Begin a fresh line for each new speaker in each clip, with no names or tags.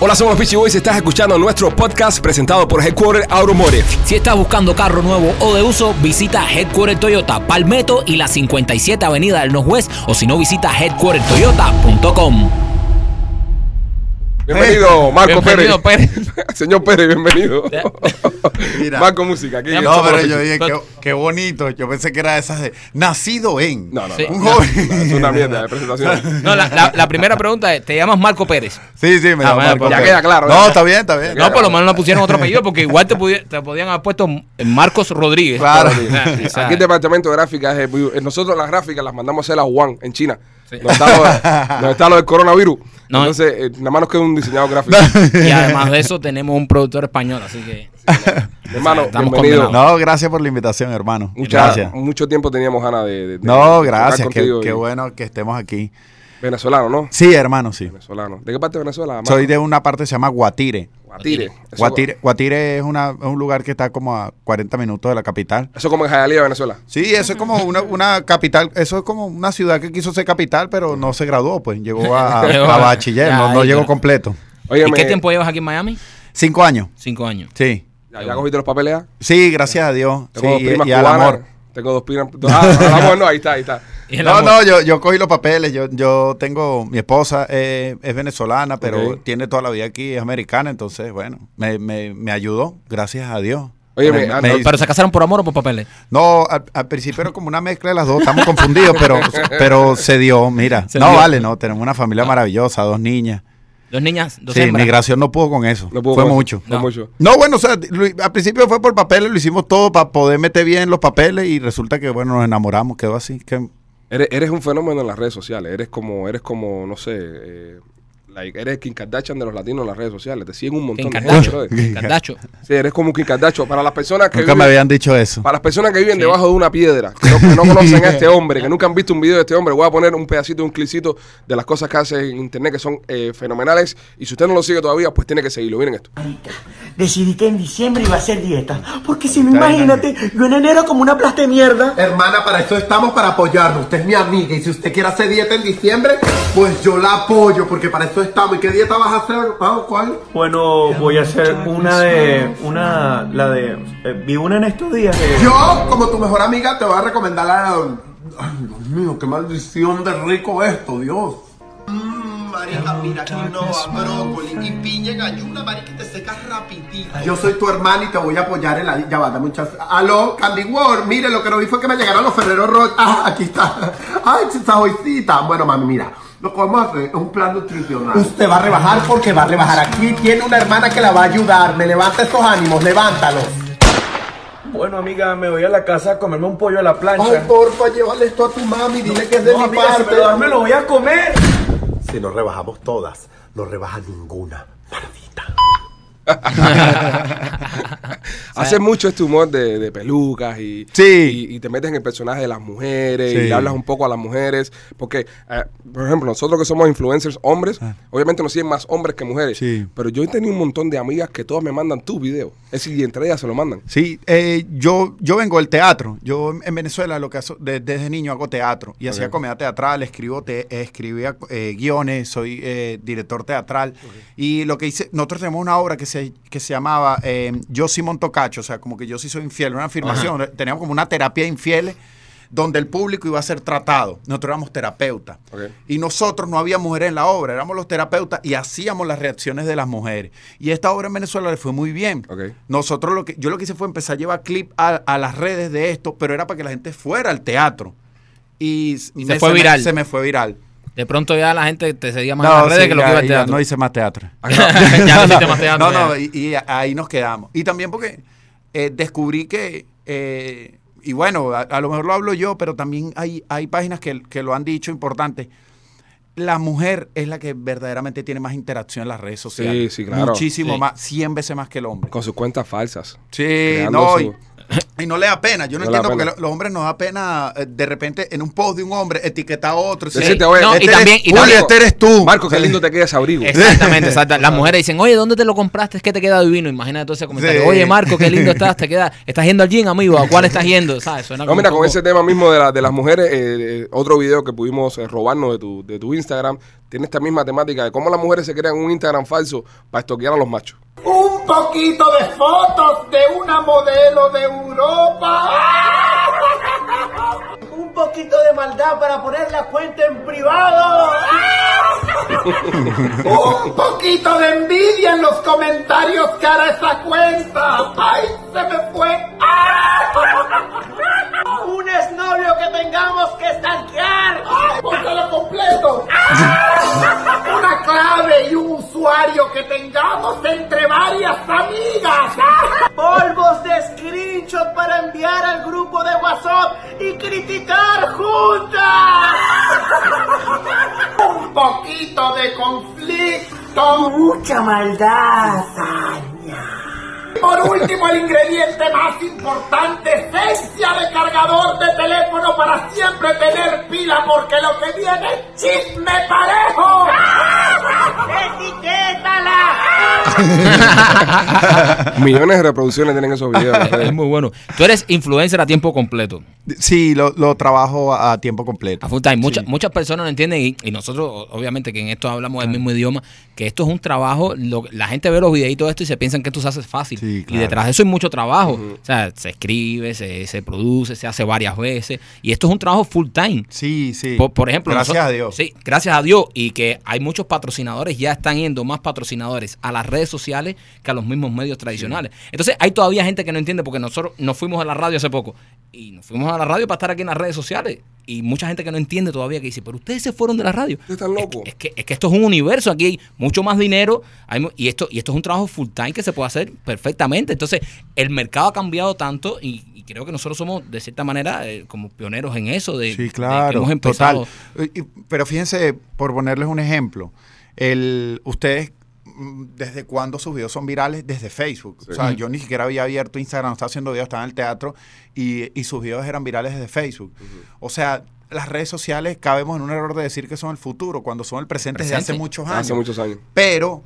Hola, somos los Peachy Boys. Estás escuchando nuestro podcast presentado por Headquarter Automotive.
Si estás buscando carro nuevo o de uso, visita Headquarter Toyota Palmetto y la 57 Avenida del Northwest o si no, visita headquartertoyota.com.
Bienvenido, Marco
Bienvenido,
Pérez.
Pérez.
Señor Pérez, bienvenido.
Mira.
Marco Música, aquí.
No,
somos
pero
los
yo
Peachy-
dije, qué,
pero-
qué bonito. Yo pensé que era de esas de. Nacido en.
No, no,
Sí.
no.
Un
no,
joven.
no, es una mierda de presentación.
No, la, la- la primera pregunta es, ¿te llamas Marco Pérez?
Sí, sí, me
Ah,
da
bueno,
Marco
pues ya
Pérez.
queda claro,
No,
ya.
está bien, está bien.
No, por lo menos no pusieron otro apellido porque igual te, pudi- te podían haber puesto Marcos Rodríguez.
Claro.
O sea,
Aquí el departamento de gráficas, es muy- eh, nosotros las gráficas las mandamos a hacer a Wuhan, en China. Donde, está lo, donde está lo del coronavirus.
No.
Entonces, eh, nada más nos queda un diseñador gráfico.
Y además de eso tenemos un productor español, así que...
Hermano,
Estamos
bienvenido.
condenados.
No, gracias por la invitación, hermano.
Muchas-
gracias.
Mucho tiempo teníamos ganas de, de- de
No,
tocar
gracias. Qué,
contigo
qué
y-
bueno que estemos aquí.
Venezolano, ¿no?
Sí, hermano, sí.
Venezolano. ¿De qué parte de Venezuela? Marco?
Soy de una parte que se llama Guatire.
Guatire. Eso-
Guatire, Guatire es, una, es un lugar que está como a 40 minutos de la capital.
Eso como en Jayalía, Venezuela.
Sí, eso es como una, una capital, eso es como una ciudad que quiso ser capital, pero no se graduó, pues llegó a, a bachiller, no, no
Ay,
llegó
pero-
completo.
Oye,
¿Y qué tiempo llevas aquí en Miami?
Cinco años,
Cinco años.
sí.
Ya, ya cogiste los papeles ya.
Sí, gracias a Dios. Sí,
Tengo dos
y,
primas
y al
cubanas,
amor.
Tengo dos primas. Ah, al amor no, ahí está, ahí está.
Y el
No,
amor.
no, yo, yo cogí los papeles, yo, yo tengo, mi esposa eh, es venezolana, pero
Ok.
tiene toda la vida aquí, es americana, entonces, bueno, me, me, me ayudó, gracias a Dios.
Oye,
Me-
me- ah,
me
no,
hizo-
¿Pero se casaron por amor o por papeles?
No, al, al principio era como una mezcla de las dos, estamos confundidos, pero, pero se dio, mira.
Se
no,
dio.
vale, no, tenemos una familia maravillosa, dos niñas.
¿Dos niñas? ¿Dos
sí,
hembras?
migración no pudo con eso,
No puedo
fue
con-
mucho.
Fue
No.
mucho.
No, bueno, o sea, lo- al principio fue por papeles, lo hicimos todo para poder meter bien los papeles y resulta que, bueno, nos enamoramos, quedó así. Que,
Eres, eres un fenómeno en las redes sociales. Eres como, eres como, no sé, eh, like, eres Kim Kardashian de los latinos en las redes sociales. Te siguen un montón
Kim
de gente,
Kardashian.
brother.
Kim Kardashian.
Sí, eres como Kim Kardashian. Para las personas que
nunca me
viven-
habían dicho eso.
Para las personas que viven debajo de una piedra, que no, que no conocen a este hombre, que nunca han visto un video de este hombre, voy a poner un pedacito, un clicito de las cosas que hace en internet que son eh, fenomenales. Y si usted no lo sigue todavía, pues tiene que seguirlo. Miren esto.
Decidí que en diciembre iba a hacer dieta. Porque si no, imagínate, yo en enero como una plasta de mierda.
Hermana, para eso estamos, para apoyarnos. Usted es mi amiga y si usted quiere hacer dieta en diciembre, pues yo la apoyo, porque para eso estamos. ¿Y qué dieta vas a hacer, Pau? ¿Cuál?
Bueno, voy a hacer una de. Una. La de. eh, vi una en estos días.
Eh,
de-
Yo, como tu mejor amiga, te voy a recomendar la... Ay, Dios mío, qué maldición de rico esto, Dios. Mmm, marica, mira, quinoa, brócoli y piña en ayuna, marica, y te secas rapidito. Yo soy tu hermana y te voy a apoyar en la... Ya va, dame un chance. Aló, Candy World, mire, lo que no vi fue que me llegaron los Ferreros Rocher. Ah, aquí está. Ay, esa joycita. Bueno, mami, mira. Lo que vamos a hacer es un plan nutricional. Usted va a rebajar porque va a rebajar. Aquí tiene una hermana que la va a ayudar. Me levanta estos ánimos, levántalos.
Bueno, amiga, me voy a la casa a comerme un pollo a la plancha.
Ay, porfa, llévale esto a tu mami, Oh, dile que es de
No,
mi
amiga, si
parte.
me lo das, me lo voy a comer.
Si no rebajamos todas, no rebaja ninguna. Maldita.
Hace mucho este humor de, de pelucas y,
Sí.
y, y te metes en el personaje de las mujeres
Sí.
y le hablas un poco a las mujeres. Porque, eh, por ejemplo, nosotros que somos influencers hombres, obviamente nos siguen más hombres que mujeres.
Ah. Sí.
Pero yo he tenido un montón de amigas que todas me mandan tus videos. Es decir, y entre ellas se lo mandan.
Sí, eh, yo, yo vengo del teatro. Yo en- en Venezuela, lo que hago- de- desde niño hago teatro y hacía comedia teatral, escribo te- eh, escribía eh, guiones, soy eh, director teatral. Y lo que hice, nosotros tenemos una obra que se, que se llamaba eh, Yo sí monto cacho, o sea, como que yo sí soy infiel, una afirmación. Teníamos como una terapia de infieles donde el público iba a ser tratado. Nosotros éramos terapeutas.
Ok.
Y nosotros no había mujeres en la obra, éramos los terapeutas y hacíamos las reacciones de las mujeres. Y esta obra en Venezuela le fue muy bien.
Ok.
Nosotros lo que, yo lo que hice fue empezar a llevar clip a, a las redes de esto, pero era para que la gente fuera al teatro. Y se
fue
me-
viral.
se me fue viral.
De pronto ya la gente te seguía más en las redes
sí,
que lo que
ya-
iba al
ya
teatro.
no hice más teatro.
Ya no hiciste más teatro,
Ah, No, no,
ya.
y, y ahí nos quedamos. Y también porque eh, descubrí que, eh, y bueno, a, a lo mejor lo hablo yo, pero también hay, hay páginas que, que lo han dicho importante. La mujer es la que verdaderamente tiene más interacción en las redes sociales.
sí, claro.
Muchísimo
Sí.
más, 100 veces más que el hombre.
Con sus cuentas falsas.
Sí,
creando
no,
su-
y- Y no le da pena. Yo no,
No le da
entiendo porque
pena.
lo- los hombres nos da pena eh, de repente en un post de un hombre etiqueta a otro.
Sí.
decir,
Decirte, oye,
No, y
este eres-
también- y
Julio,
también-
este eres tú.
Marco, qué
Sí.
lindo te queda ese abrigo.
Exactamente, exacta. Las mujeres dicen, oye, ¿dónde te lo compraste? Es que te queda divino. Imagínate todo ese comentario.
Sí.
Oye, Marco, qué lindo estás. Te queda. Estás yendo al gym, amigo. ¿A cuál estás yendo? ¿Sabes? Suena
No,
como
mira,
un
con
poco-
ese tema mismo de, la- de las mujeres, eh, eh, otro video que pudimos eh, robarnos de tu, de tu Instagram, tiene esta misma temática de cómo las mujeres se crean un Instagram falso para estoquear a los machos.
Un poquito de fotos de una modelo de Europa.
Un poquito de maldad para poner la cuenta en privado.
Un poquito de envidia en los comentarios cara a esa cuenta. ¡Ay, se me fue!
Un exnovio que tengamos que stalkear.
¡Ay, lo completo! Una clave y un usuario que tengamos entre varias amigas.
Polvos de screenshot para enviar al grupo de WhatsApp y criticar juntas.
Un poquito de conflicto.
Mucha maldad.
Por último, el ingrediente más importante, esencia de cargador de teléfono para siempre tener pila, porque lo que viene es chisme parejo.
Millones de reproducciones tienen esos videos.
Es muy bueno. Tú eres influencer a tiempo completo.
Sí, lo, lo trabajo a a tiempo completo.
A full time. Muchas, muchas personas no entienden y, y nosotros, o- obviamente, que en esto hablamos del mismo idioma, que esto es un trabajo. lo- la gente ve los videitos de esto y se piensan que esto se hace fácil.
Sí,
Y
claro.
detrás de eso hay mucho trabajo. O sea, se escribe, se, se produce, se hace varias veces. Y esto es un trabajo full time.
Sí, sí.
Por, por ejemplo,
Gracias
nosotros-
a Dios.
Sí, gracias a Dios. Y que hay muchos patrocinadores, ya están yendo más patrocinadores a las redes sociales que a los mismos medios tradicionales. Entonces, hay todavía gente que no entiende porque nosotros nos fuimos a la radio hace poco. Y nos fuimos a la radio para estar aquí en las redes sociales. Y mucha gente que no entiende todavía que dice, pero ustedes se fueron de la radio.
Ustedes están locos.
Es, que, es que esto es un universo, aquí hay mucho más dinero hay mu- y esto y esto es un trabajo full time que se puede hacer perfectamente. Entonces, el mercado ha cambiado tanto y, y creo que nosotros somos, de cierta manera, eh, como pioneros en eso. De, de
Sí,
que
claro.
hemos empezado.
total. Y- y- Pero fíjense, por ponerles un ejemplo, el, ustedes, mm, ¿desde cuándo sus videos son virales? Desde Facebook. O sea, yo ni siquiera había abierto Instagram, estaba haciendo videos, estaba en el teatro y, y sus videos eran virales desde Facebook. O sea, las redes sociales cabemos en un error de decir que son el futuro, cuando son el presente, desde hace
Presente.
muchos años.
Hace muchos años.
Pero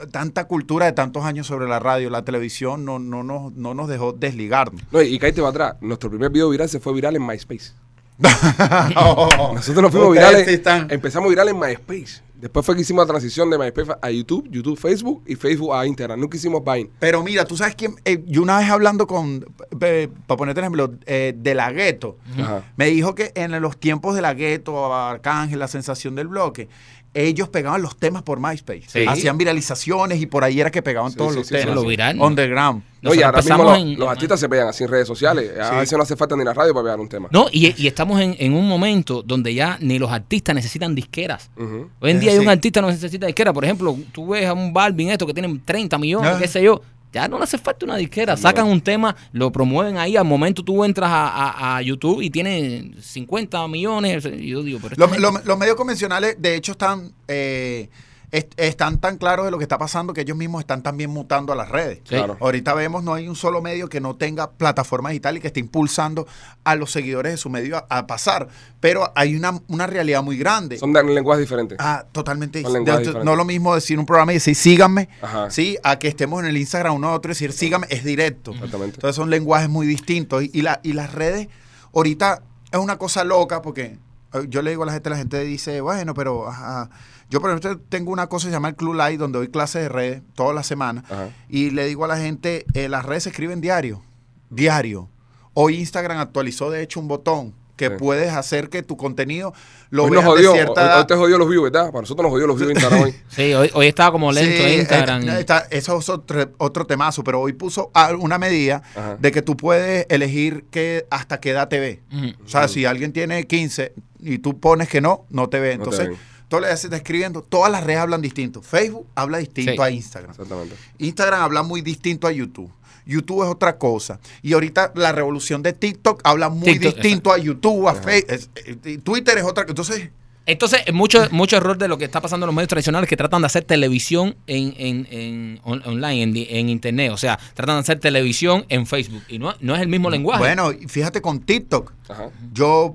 eh, tanta cultura de tantos años sobre la radio, la televisión, no, no, nos- no nos dejó desligarnos.
No, y, y caíste para atrás. Nuestro primer video viral se fue viral en MySpace. Nosotros nos fuimos
Oh, Ustedes
virales.
sí están-
Empezamos viral en MySpace. Después fue que hicimos la transición de MySpace a YouTube, YouTube, Facebook y Facebook a Instagram. Nunca hicimos Vine.
Pero mira, tú sabes que eh, yo una vez hablando con, para ponerte el ejemplo, eh, de la gueto,
Ajá.
me dijo que en los tiempos de la gueto, Arcángel, la sensación del bloque, ellos pegaban los temas por MySpace.
Sí.
Hacían viralizaciones y por ahí era que pegaban
Sí,
todos
sí,
los
sí,
temas.
sí,
lo viral.
Underground.
No, y
Nosotros
ahora mismo
empezamos
los,
en-
los
en-
artistas se pegan así en redes sociales. A veces no hace falta ni la radio para pegar un tema.
No, y, y estamos en, en un momento donde ya ni los artistas necesitan disqueras.
Ujú.
Hoy en
Es
día hay un
así.
artista no necesita disquera. Por ejemplo, tú ves a un Balvin esto que tienen 30 millones,
Ah.
qué sé yo. Ya no le hace falta una disquera. Sacan un tema, lo promueven ahí. Al momento tú entras a, a- a YouTube y tiene 50 millones. Y yo digo, pero esta
Lo-
gente-
lo- los medios convencionales, de hecho, están, eh, est- están tan claros de lo que está pasando que ellos mismos están también mutando a las redes.
Sí. Claro.
Ahorita vemos, no hay un solo medio que no tenga plataforma digital y que esté impulsando a los seguidores de su medio a, a pasar. Pero hay una, una realidad muy grande.
Son de lenguajes diferentes.
Ah, totalmente.
Son lenguajes
de-
diferentes.
no es lo mismo decir un programa y decir síganme,
Ajá.
sí, a que estemos en el Instagram uno a otro y decir síganme, es directo.
Exactamente.
Entonces son lenguajes muy distintos. Y, y la- y las redes, ahorita es una cosa loca porque eh, yo le digo a la gente, la gente dice, bueno, pero ajá. yo por ejemplo tengo una cosa que se llama el Club Live donde doy clases de redes todas las semanas
Ajá.
y le digo a la gente, eh, las redes se escriben diario, diario. Hoy Instagram actualizó de hecho un botón que
Sí.
puedes hacer que tu contenido lo
Hoy
veas
nos jodió.
de
Hoy,
cierta
hoy
edad.
te jodió los views, ¿verdad? Para nosotros nos jodió los views Instagram hoy.
Sí, hoy, hoy estaba como lento
Sí,
en Instagram.
eh, está- eso es otro, otro temazo, pero hoy puso a- una medida
Ajá.
de que tú puedes elegir que, hasta qué edad te ve.
Ujú.
O sea, si alguien tiene 15 y tú pones que no, no te ve.
No te
Entonces,
ven.
tú le haces escribiendo, todas las redes hablan distinto. Facebook habla distinto
Sí.
a Instagram.
Exactamente.
Instagram habla muy distinto a YouTube. YouTube es otra cosa. Y ahorita la revolución de TikTok habla muy
TikTok,
eh, distinto a YouTube, a Facebook. Twitter es otra cosa. Entonces,
Entonces, mucho, mucho error de lo que está pasando en los medios tradicionales que tratan de hacer televisión en, en, en on- online, en, di- en internet. O sea, tratan de hacer televisión en Facebook. Y no, no es el mismo lenguaje.
Bueno, y fíjate con TikTok.
Ajá.
Yo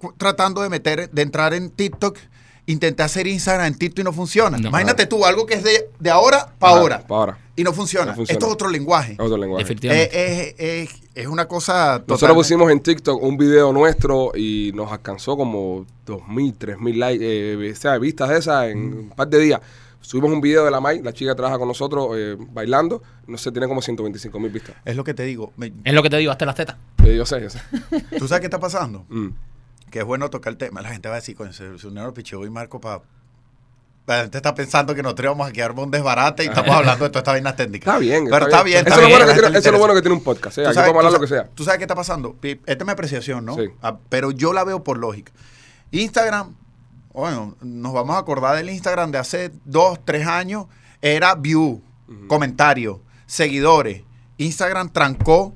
cu- tratando de meter, de entrar en TikTok, intenté hacer Instagram en TikTok y no funciona.
No.
Imagínate tú, algo que es de, de ahora para
Ajá,
ahora.
pa' ahora.
Y no funciona.
No funciona.
Esto es otro lenguaje.
Otro lenguaje.
Definitivamente.
Eh, es, es- es una cosa
Nosotros
totalmente-
pusimos en TikTok un video nuestro y nos alcanzó como 2.000, 3.000 likes, eh, o sea, vistas de esas en
Mm.
un par de días. Subimos un video de la May, la chica que trabaja con nosotros eh, bailando, no sé, tiene como 125.000 vistas.
Es lo que te digo. Me-
es lo que te digo, hasta las tetas.
Eh, yo sé, yo sé.
¿Tú sabes qué está pasando?
Mm.
que es bueno tocar el tema. La gente va a decir, con el señor Picheo y Marco para... La gente está pensando que nosotros vamos a quedar con un desbarate y estamos hablando de todas estas vainas técnicas.
Está bien.
Pero está bien.
Eso,
está
es, lo
bien,
bueno
la
que
gente
tiene,
le
eso es lo
interesa.
bueno que tiene un podcast. ¿eh? Aquí podemos hablar lo que sea.
¿Tú sabes qué está pasando? Pi- Esta es mi apreciación, ¿no?
Sí.
Ah, pero yo la veo por lógica. Instagram, bueno, nos vamos a acordar del Instagram de hace dos, tres años. Era view, comentarios, seguidores. Instagram trancó,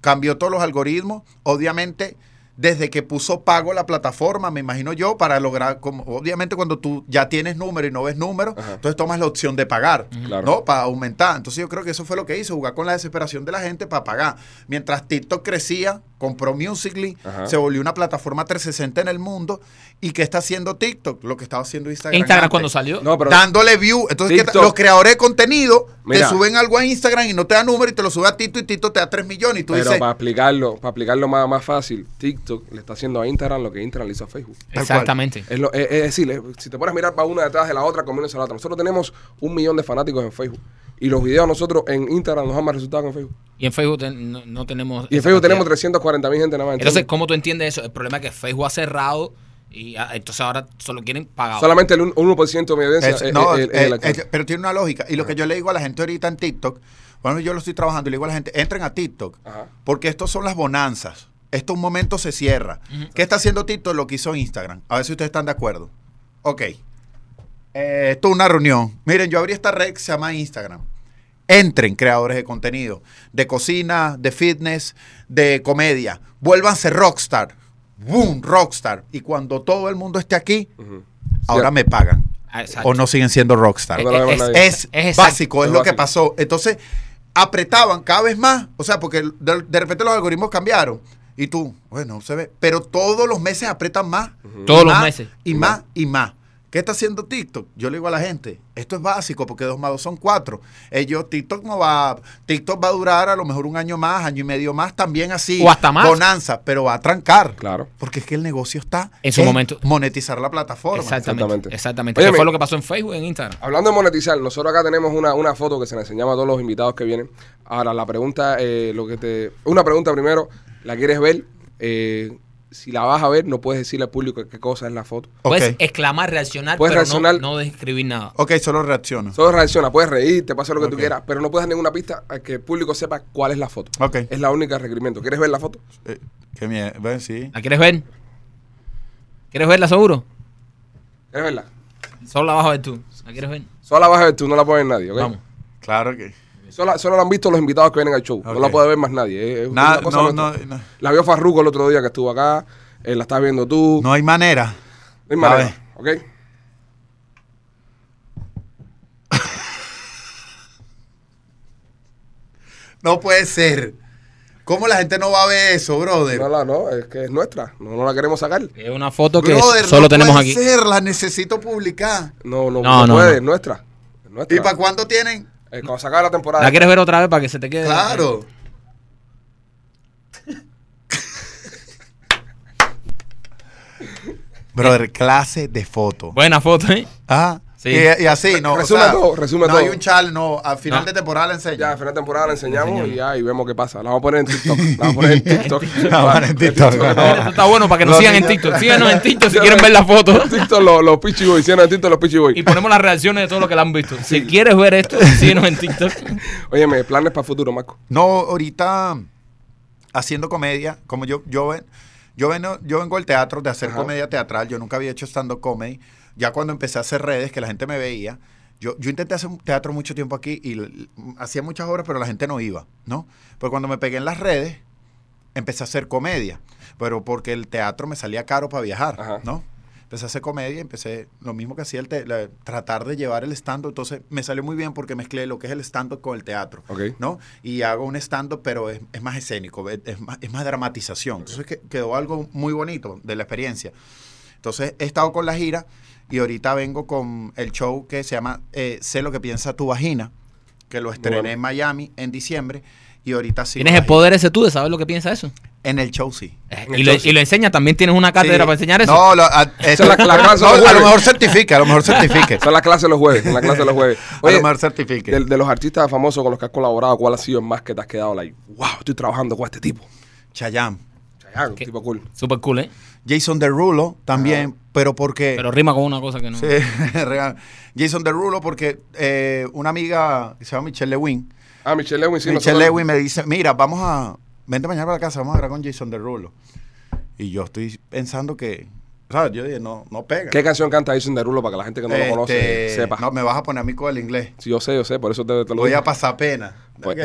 cambió todos los algoritmos. Obviamente, desde que puso pago la plataforma, me imagino yo, para lograr, como, obviamente cuando tú ya tienes número y no ves número,
Ajá.
entonces tomas la opción de pagar,
Claro.
¿no? para aumentar. Entonces yo creo que eso fue lo que hizo, jugar con la desesperación de la gente para pagar. Mientras TikTok crecía, compró Musical.ly,
Ajá.
se volvió una plataforma 360 en el mundo. ¿Y qué está haciendo TikTok? Lo que estaba haciendo Instagram.
Instagram
antes.
cuando salió.
No, pero
Dándole view. Entonces, ¿qué tal?
TikTok.
los creadores de contenido
Mira.
te suben algo a Instagram y no te da número y te lo sube a Tito y Tito te da 3 millones. Y tú
Pero
dices,
para explicarlo, para explicarlo más, más fácil, TikTok le está haciendo a Instagram lo que Instagram le hizo a Facebook.
cual.
Exactamente.
Es, lo- es- es decir, es- si te pones a mirar para una detrás de la otra, comienza la otra. Nosotros tenemos un millón de fanáticos en Facebook. Y los videos nosotros en Instagram nos dan más resultados que en Facebook.
Y en Facebook ten- no, no tenemos.
Y en
esa
Facebook
cantidad.
tenemos 340 mil gente nada más.
Entonces,
¿entiendes?
¿cómo tú entiendes eso? El problema es que Facebook ha cerrado y ah, entonces ahora solo quieren pagar.
solamente el un- 1% de mi audiencia
Eso-
es-
no,
es- es- es
eh,
el alcance.
eh, pero tiene una lógica. Y lo que yo le digo a la gente ahorita en TikTok, bueno, yo lo estoy trabajando, y le digo a la gente, entren a TikTok,
Ajá.
porque estos son las bonanzas. Esto un momento se cierra. ¿Qué está haciendo TikTok? Lo que hizo Instagram. A ver si ustedes están de acuerdo. Ok. Eh, esto es una reunión. Miren, yo abrí esta red que se llama Instagram. Entren creadores de contenido, de cocina, de fitness, de comedia. Vuélvanse rockstar. Boom, rockstar. Y cuando todo el mundo esté aquí,
Ujú.
ahora
Sí.
me pagan.
Ah, exacto. Eh,
O no siguen siendo rockstar.
No te lo vemos
Es-
nadie.
Es,
Es exacto.
básico, es,
Es
lo que
básico.
pasó. Entonces, apretaban cada vez más. O sea, porque de, de repente los algoritmos cambiaron. Y tú, bueno, se ve. Pero todos los meses apretan más. y
Todos los
más,
meses.
Y más, y más. ¿Qué está haciendo TikTok? Yo le digo a la gente, esto es básico porque dos más dos son cuatro. Ellos, TikTok no va, TikTok va a durar a lo mejor un año más, año y medio más, también así.
O hasta más.
Bonanza, pero va a trancar.
Claro.
Porque es que el negocio está
En su momento.
Monetizar la plataforma.
Exactamente.
Exactamente.
Exactamente.
Oye,
Que
mi-
fue lo que pasó en Facebook y en Instagram.
Hablando de monetizar, nosotros acá tenemos una, una foto que se la enseñamos a todos los invitados que vienen. Ahora, la pregunta, eh, lo que te. Una pregunta primero, ¿la quieres ver? Eh, si la vas a ver, no puedes decirle al público qué cosa es la foto.
Ok.
Puedes exclamar, reaccionar,
Puedes
pero
reaccionar.
No, no describir nada.
Ok, solo reacciono.
Solo reacciona, puedes reír, te pasa lo que tú
Ok.
quieras, pero no puedes dar ninguna pista a que el público sepa cuál es la foto.
Ok.
Es la única requerimiento. ¿Quieres ver la foto?
Eh, qué miedo. Bueno, sí.
¿La quieres ver? ¿Quieres verla seguro?
¿Quieres verla?
Solo la vas a ver tú. ¿La quieres ver?
Solo la vas a ver tú, no la puede ver nadie, ¿ok?
Vamos.
Claro que.
Solo, solo la han visto los invitados que vienen al show. No
Ok.
la puede ver más nadie. es- es una
Nada,
cosa
no, no,
nuestra.
no.
La vio Farruko el otro día que estuvo acá. eh, la estás viendo tú.
No hay manera.
No hay
A
manera, ¿ok?
No puede ser. ¿Cómo la gente no va a ver eso, brother?
No, la, no, es que es nuestra. No, no la queremos sacar.
Es una foto que
brother,
solo
no
tenemos
puede
aquí.
ser. La necesito publicar.
No, no, no,
No, no,
puede,
no.
es nuestra. Es nuestra.
¿Y para cuándo tienen?
Eh, cuando se acabe la temporada.
¿La quieres ver otra vez para que se te quede?
Claro. Brother, clase de foto.
Buena foto, ¿eh?
Ah,
Sí.
y, y así, no. o
Resume
sea,
todo, resume
no
todo.
hay un challenge, no. Al final
No.
de temporada la enseño.
Ya, al final de temporada la enseñamos y ya, y vemos qué pasa. La vamos a poner en TikTok. La vamos a poner en TikTok.
La vamos a poner en TikTok.
Mira, esto está bueno para que nos
Los
sigan en
niños-
TikTok. Síganos en TikTok si quieren ver la foto.
En TikTok los, los Pichi Boys. Hicieron en TikTok los Pichi
Y
Boys.
ponemos las reacciones de todo lo que la han visto. Si quieres ver esto, síguenos en TikTok.
Óyeme, planes para el futuro, Marco.
No, ahorita haciendo comedia, como yo, yo, ven- yo, vengo, yo vengo al teatro de hacer
Ajá.
comedia teatral, yo nunca había hecho stand-up comedy, ya cuando empecé a hacer redes, que la gente me veía, yo, yo intenté hacer un teatro mucho tiempo aquí y l- hacía muchas obras, pero la gente no iba, ¿no? Pero cuando me pegué en las redes, empecé a hacer comedia, pero porque el teatro me salía caro para viajar,
Ajá.
¿no? Empecé a hacer comedia, y empecé lo mismo que hacía el te- la- tratar de llevar el stand-up. Entonces me salió muy bien porque mezclé lo que es el stand-up con el teatro.
Ok.
¿no? Y hago un stand-up, pero es, es más escénico, es es más, es más dramatización. Entonces que- quedó algo muy bonito de la experiencia. Entonces he estado con la gira y ahorita vengo con el show que se llama eh, Sé lo que piensa tu vagina, que lo estrené
bueno.
en Miami en diciembre y ahorita sí.
¿Tienes el poder ese tú de saber lo que piensa eso?
En el show sí.
Eh,
En el
Y lo,
show, sí.
y lo enseñas, también tienes una cátedra
Sí.
para enseñar eso.
No, lo- a, esto-
la- la clase
no,
de los
a lo
jueves.
mejor certifique, a lo mejor certifique.
Son las clases los jueves, en la clase de los jueves.
A lo mejor certifique.
De, de los artistas famosos con los que has colaborado, ¿cuál ha sido el más que te has quedado like? Wow, estoy trabajando con este tipo.
Chayam.
Chayanne, un
¿Qué?
tipo cool.
Súper cool, ¿eh?
Jason Derulo también,
Ah.
pero porque...
Pero rima con una cosa que no.
Sí, Eh, real. Jason Derulo porque eh, una amiga que se llama Michelle Lewin.
Ah, Michelle Lewin, sí.
Michelle
nosotros-
Lewin me dice, mira, vamos a... Vente mañana para la casa, vamos a grabar con Jason Derulo. Y yo estoy pensando que... ¿Sabes? Yo dije, no, no pega.
¿Qué canción canta Jason Derulo para que la gente que no
Este,
lo conoce sepa?
No, me vas a poner a mí con el inglés.
Sí, yo sé, yo sé, por eso te, te lo
Voy
digo.
a pasar pena.
Pues,
Que-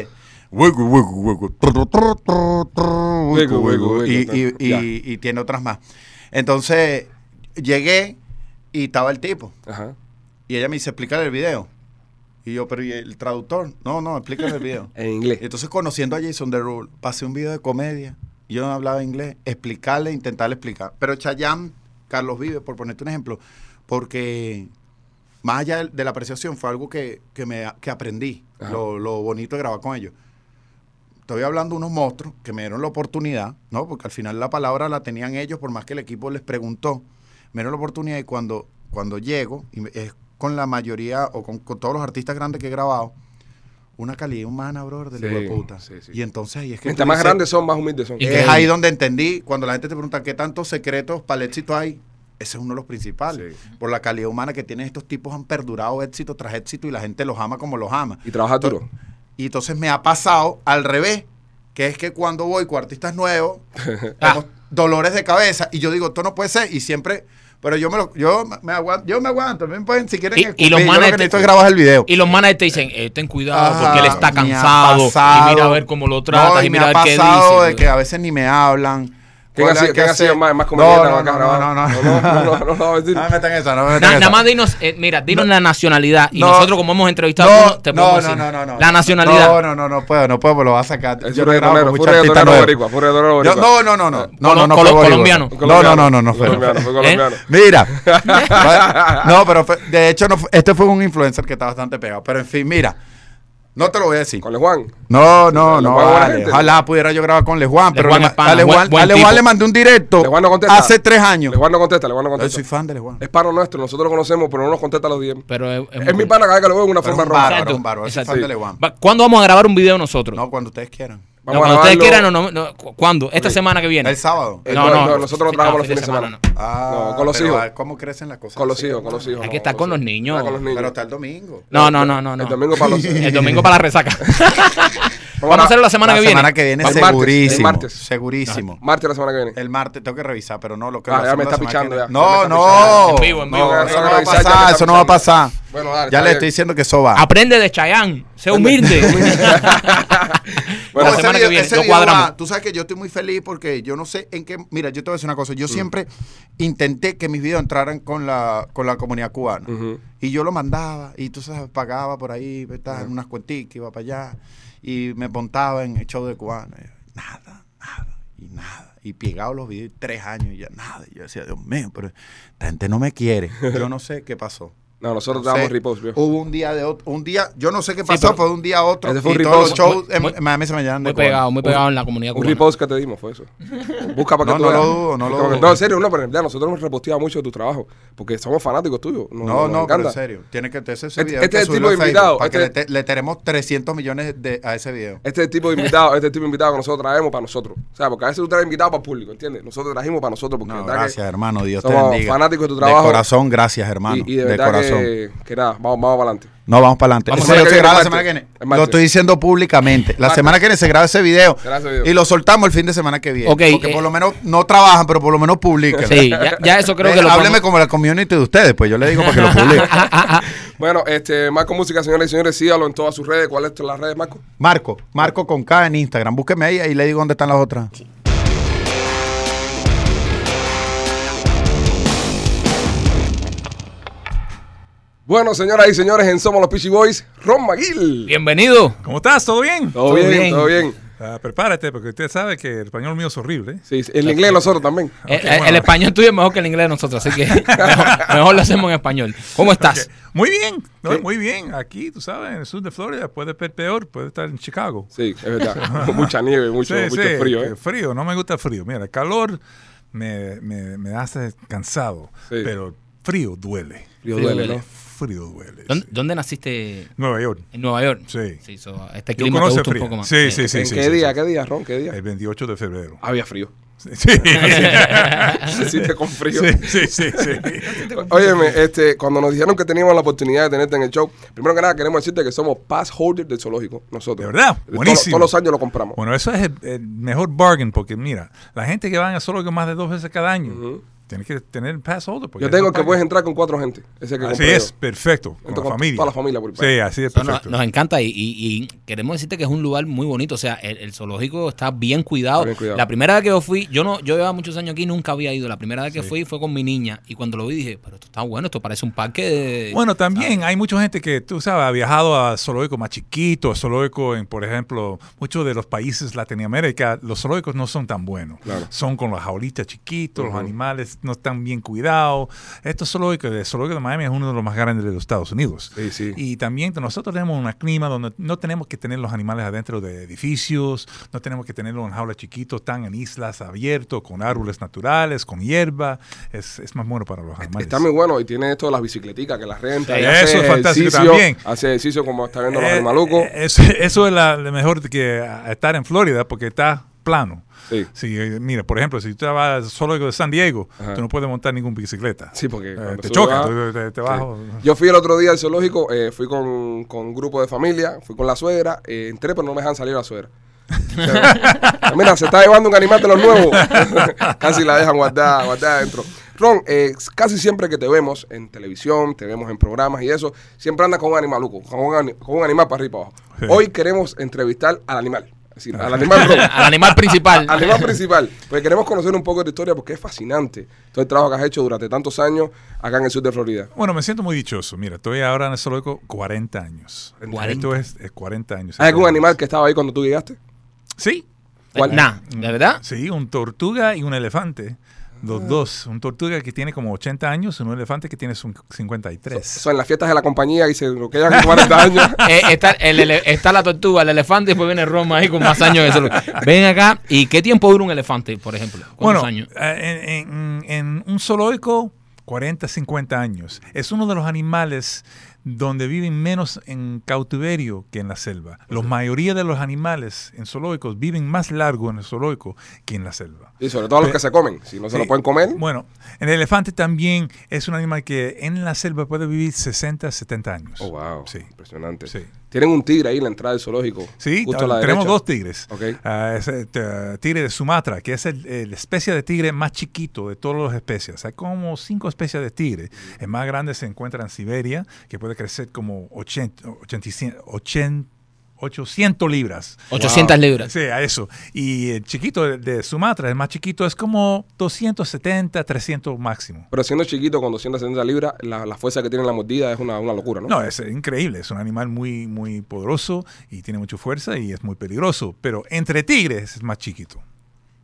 exacto.
Wiggle, wiggle, wiggle. Tru, tru, tru, tru,
Wiggle,
wiggle,
wiggle,
wiggle. Y,
wiggle.
y-
Ya.
y- y tiene otras más. Entonces, llegué y estaba el tipo.
Ajá.
Y ella me dice, explícale el video. Y yo, pero ¿y el traductor? No, no, explícale el video.
En inglés.
Y entonces, conociendo a Jason Derulo, pasé un video de comedia. Yo no hablaba inglés. Explicarle, intentarle explicar. Pero Chayanne, Carlos Vive, por ponerte un ejemplo, porque más allá de- de la apreciación, fue algo que, que me, que aprendí.
Ajá.
Lo, lo bonito de grabar con ellos. Estoy hablando de unos monstruos que me dieron la oportunidad, ¿no? Porque al final la palabra la tenían ellos, por más que el equipo les preguntó. Me dieron la oportunidad y cuando, cuando llego, y me- es con la mayoría o con, con todos los artistas grandes que he grabado, una calidad humana, brother, del
Sí,
hijo de puta.
sí, sí.
Y entonces ahí es que.
Mientras
tú
más
dices,
grandes son, más humildes son.
Es
Increíble.
ahí donde entendí, cuando la gente te pregunta qué tantos secretos para el éxito hay, ese es uno de los principales. Por la calidad humana que tienen estos tipos, han perdurado éxito tras éxito y la gente los ama como los ama.
Y trabaja duro.
Y entonces me ha pasado al revés, que es que cuando voy con artistas nuevos, tengo dolores de cabeza y yo digo, esto no puede ser y siempre, pero yo me lo, yo me aguanto, yo me aguanto, me pueden si quieren
Y- y
escupir,
los
yo lo que
manes te-
necesito es grabar el video.
Y los managers te dicen, eh, ten cuidado
Ah,
porque él está
me ha
cansado.
pasado.
Y mira a ver cómo lo tratas
No,
y,
me
mira
ha
a ver qué
pasado
dice.
de que a veces ni me hablan.
¿Quién ha
Hola,
sido,
¿qué
quién ha
haces?
sido más, más
no,
comediante
no,
acá
no,
grabado?
no, no, no,
no, no, no, no, no, no, decir.
No me metan esa, no me metan
Na- nada
esa.
más dinos, eh, mira, dinos
No.
la nacionalidad. Y
No.
nosotros, como hemos entrevistado, a
No,
algunos, te
no,
podemos
no,
decir.
no, no, no.
La nacionalidad.
No, no, no, no puedo, no puedo, porque lo vas a sacar.
Es
Yo
un
no grabo
reggaetonero,
con
fue un
mucha artista
reggaetonero
nueva.
boricua, fue un reggaetonero
Yo-
boricua.
No, no, no, no. No, no, no,
Eh, Colo-
fue boricua.
colombiano.
Un
No,
colombiano,
no, no, no, no
un
fue.
colombiano, fue colombiano.
Mira. no, pero fue- de hecho, no fue- este fue un influencer que está bastante pegado. Pero en fin, mira. No te lo voy a decir.
Con el Juan.
No, no,
Le
no.
Juan buena
vale.
gente.
Ojalá pudiera yo grabar con Le Juan, pero
Juan
le
es
ma-
pana,
a Le
buen-
Juan,
buen
a Le Juan
tipo.
le mandé un directo
Le Juan no contesta.
hace tres años.
Le Juan no contesta, Le Juan no
Yo
contesta.
soy fan de Le Juan.
Es paro nuestro, nosotros lo conocemos, pero no nos contesta los DM.
Pero es, es muy
Es mi
cool.
pana cada vez que lo veo en una
Pero es
forma
un
rara.
bárbaro, un bárbaro. Yo soy
Exacto.
fan de Le Juan.
Va- ¿Cuándo vamos a grabar un video nosotros?
No, cuando ustedes quieran.
No,
Vamos a
cuando ustedes
grabarlo.
quieran o no, no, cu- ¿Cuándo? Esta
Sí.
semana que viene.
El sábado.
Eh, no, no, nosotros lo trabajamos los
fin de
fines de semana.
no.
Ah,
No, con los
pero,
hijos.
ah, ¿Cómo crecen las cosas?
Con los
Sí,
hijos, con
hermano.
los hijos.
Hay
no,
que estar con los niños.
Ah, Con los
Pero
niños.
está el domingo.
No, no, no, no, no.
El domingo para los.
El domingo para la resaca. Vamos a hacerlo la semana
la
que viene.
semana que viene,
El martes, el
segurísimo.
martes.
Segurísimo.
Martes la semana que viene.
El martes tengo que revisar, pero no lo
Ah,
creo.
ya me está pichando ya. Ya me
No,
está
no.
pichando.
En vivo, en vivo.
No,
Ya
Eso
me
no va a
está
pasar,
pichando.
eso no va a pasar.
Bueno, dale, está
Ya le
bien.
estoy diciendo que eso va.
Aprende de Chayán. Sé humilde.
Bueno,
la semana
ese
que
video-
viene
ese
lo
video
cuadramos.
va. Tú sabes que yo estoy muy feliz porque yo no sé en qué. Mira, yo te voy a decir una cosa.
Mm.
Yo siempre intenté que mis videos entraran con la, con la comunidad cubana.
Ujú.
Y yo lo mandaba y tú sabes, pagaba por ahí, ¿verdad? En unas cuenticas, iba para allá. Y me montaba en el show de cubano. Y nada, nada y nada. Y pegado los videos y tres años y ya nada. Y yo decía, Dios mío, pero esta gente no me quiere. Yo no sé qué pasó.
No, nosotros
No sé.
damos repost, viejo.
Hubo un día de otro, un día, yo no sé qué pasó,
pero-
fue de un día a otro.
Ese fue un
y todos los
riposte.
shows en,
Muy-
en Miami se me llenan de
Muy
cubano.
pegado, muy pegado en la comunidad
Un
cubana.
repost que te dimos fue eso. Busca para que
No,
tú
no
veas.
lo dudo, no lo
Como que-
dudo.
No, en serio, no, pero en verdad, nosotros hemos reposteado mucho de tu trabajo. Porque somos fanáticos tuyos. Nos-
No,
nos
no, pero
encanta.
en serio. Tiene que ese, ese
Este-
video.
este
hay
es
que
el tipo de
subirlo a Facebook
invitado,
Para que
este-
le, te- le tenemos 300 millones de, a ese video.
Este tipo de invitado, este tipo de invitado que nosotros traemos para nosotros. O sea, porque a veces tú traes invitado para el público, ¿entiendes? Nosotros trajimos para nosotros porque de
No,
verdad que-
gracias, hermano. Dios te
somos
bendiga.
fanáticos de tu trabajo.
De corazón, gracias, hermano.
y, y de
de,
verdad
corazón.
que, que nada, vamos, vamos para adelante.
No, vamos para adelante.
Vamos
Ese
a ver
video
qué
se graba la
viene
semana que
martes.
viene.
El martes.
Lo estoy diciendo públicamente. La
Martes.
semana que viene se graba ese video.
Se graba ese video.
Y lo soltamos el fin de semana que viene.
Ok,
Porque
eh.
por lo menos no trabajan, pero por lo menos publican.
Sí, ya, ya eso creo
Eh,
que lo podemos-
Hábleme como la community de ustedes, pues yo le digo para que lo publique.
Bueno, este, Marco Música, señores y señores, sígalo en todas sus redes. ¿Cuáles son las redes, Marco?
Marco, Marco con K en Instagram. Búsqueme ahí y le digo dónde están las otras.
Bueno, señoras y señores, en Somos los Peachy Boys, Ron McGill.
Bienvenido.
¿Cómo estás? ¿Todo bien?
Todo, bien, todo bien.
Ah, prepárate, porque usted sabe que el español mío es horrible. ¿eh?
Sí, sí, el inglés de nosotros también.
Eh, eh, el, español tuyo es mejor que el inglés de nosotros, así que mejor, mejor lo hacemos en español. ¿Cómo estás?
Muy bien, ¿no? muy bien. Aquí, tú sabes, en el sur de Florida puede ser peor, puede estar en Chicago.
Sí, es verdad. Con mucha nieve, mucho,
Sí,
mucho
sí,
frío,
que
¿eh?
Frío, no me gusta el frío. Mira, el calor me, me- me hace cansado,
Sí.
pero el frío duele.
Frío
Frío
duele,
duele.
¿no?
Frío duele.
¿Dónde,
sí.
dónde naciste?
Nueva York.
En Nueva York.
Sí.
so, este
Yo
clima te
conozco
gusta
el
un
frío.
poco más.
Sí, sí, sí.
¿En
sí,
qué
sí,
día?
sí.
¿Qué día, Ron? ¿Qué día?
El 28 de febrero.
Había frío.
Sí, sí,
Hiciste con frío.
sí, sí, sí, sí.
Óyeme, este, cuando nos dijeron que teníamos la oportunidad de tenerte en el show, primero que nada queremos decirte que somos pass holders del zoológico, nosotros.
De verdad,
Todos-
buenísimo.
Todos, los años lo compramos.
Bueno, eso es el, el mejor bargain porque mira, la gente que van a solo que más de dos veces cada año, tienes que tener el pass holder. porque
Yo tengo
eso
que
paga.
puedes entrar con cuatro gente. Ese que
Así
compré
es,
yo.
perfecto. Con
Entro
la
con
familia.
toda la familia por el
Sí, así es
So, no- nos,
perfecto.
encanta y, y- y queremos decirte que es un lugar muy bonito. O sea, el, el zoológico está bien cuidado.
Está bien cuidado.
La primera vez que yo fui, yo no, yo llevaba muchos años aquí, nunca había ido. La primera vez que fui fue con mi niña y cuando lo vi dije, pero esto está bueno, esto parece un parque. de-
Bueno, también
Ah.
hay mucha gente que, tú sabes, ha viajado a zoológicos más chiquitos, a zoológicos en, por ejemplo, muchos de los países Latinoamérica, los zoológicos no son tan buenos.
Claro.
Son con los jaulitas chiquitos, los animales no están bien cuidados. Estos zoológicos, el zoológico de Miami es uno de los más grandes de los Estados Unidos.
Sí, sí.
Y también nosotros tenemos un clima donde no tenemos que tener los animales adentro de edificios, no tenemos que tenerlos en jaulas chiquitos, tan en islas abiertos, con árboles naturales, con hierba. Es, es más bueno para los animales.
Está muy bueno y tiene esto de las bicicleticas que las renta.
Sí,
y hace
eso es fantástico
ejercicio,
también.
Hace ejercicio como está viendo los
Eh,
animalucos.
eh, Eso, eso es la, lo mejor que ah, estar en Florida porque está plano.
Sí.
Si, eh, mira, por ejemplo, si tú vas solo de San Diego,
Ajá.
tú no puedes montar ninguna bicicleta.
Sí, porque
Eh,
cuando
te
sube,
choca,
baja.
tú- te, te baja.
Yo fui el otro día al zoológico, eh, fui con, con un grupo de familia, fui con la suegra, eh, entré, pero no me dejan salir la suegra. O sea, Mira, se está llevando un animal de los nuevos. casi la dejan guardada, guardada adentro. Ron, eh, casi siempre que te vemos en televisión, te vemos en programas y eso, siempre andas con un animaluco, con un, ani- con un animal para arriba y para abajo.
Sí.
Hoy queremos entrevistar al animal, es decir, al animal Ron.
Al animal principal.
Al tema principal, porque queremos conocer un poco de tu historia porque es fascinante todo el trabajo que has hecho durante tantos años acá en el sur de Florida.
Bueno, me siento muy dichoso. Mira, estoy ahora en el zoológico 40 años.
40.
Esto es, es 40 años.
¿Hay algún Ah, animal que estaba ahí cuando tú llegaste?
Sí,
¿Cuál?
Nah, ¿de verdad?
sí, un tortuga y un elefante. Los
Ah.
dos. Un tortuga que tiene como 80 años y un elefante que tiene cin- 53.
Eso en las fiestas de la compañía y se lo que llevan 40 años.
Eh, está, el ele- está la tortuga, el elefante y después viene Roma ahí con más años de salud. Ven acá, ¿y qué tiempo dura un elefante, por ejemplo? ¿Cuántos
Bueno,
años?
eh, En, en- en un zoológico, 40, 50 años. Es uno de los animales donde viven menos en cautiverio que en la selva. La mayoría de los animales en zoológicos viven más largo en el zoológico que en la selva.
Y sobre todo los que se comen. Si no se lo
Sí.
pueden comer,
Bueno, el elefante también es un animal que en la selva puede vivir 60, 70 años.
oh, wow.
Sí.
Impresionante.
Sí,
Tienen un tigre ahí en la entrada del zoológico.
Sí, ah,
justo a la
tenemos
derecha.
dos tigres.
Ok.
Ah, es el eh, tigre de Sumatra, que es el- el- la especie de tigre más chiquito de todas las especies. Hay como cinco especies de tigre. El más grande se encuentra en Siberia, que puede crecer como 80, 85, 80, 800 libras.
800 libras.
Sí, a eso. Y el chiquito de, de Sumatra, el más chiquito, es como 270, 300 máximo.
Pero siendo chiquito con 270 libras, la, la fuerza que tiene la mordida es una, una locura, ¿no?
No, es eh, increíble, es un animal muy, muy poderoso y tiene mucha fuerza y es muy peligroso, pero entre tigres es más chiquito.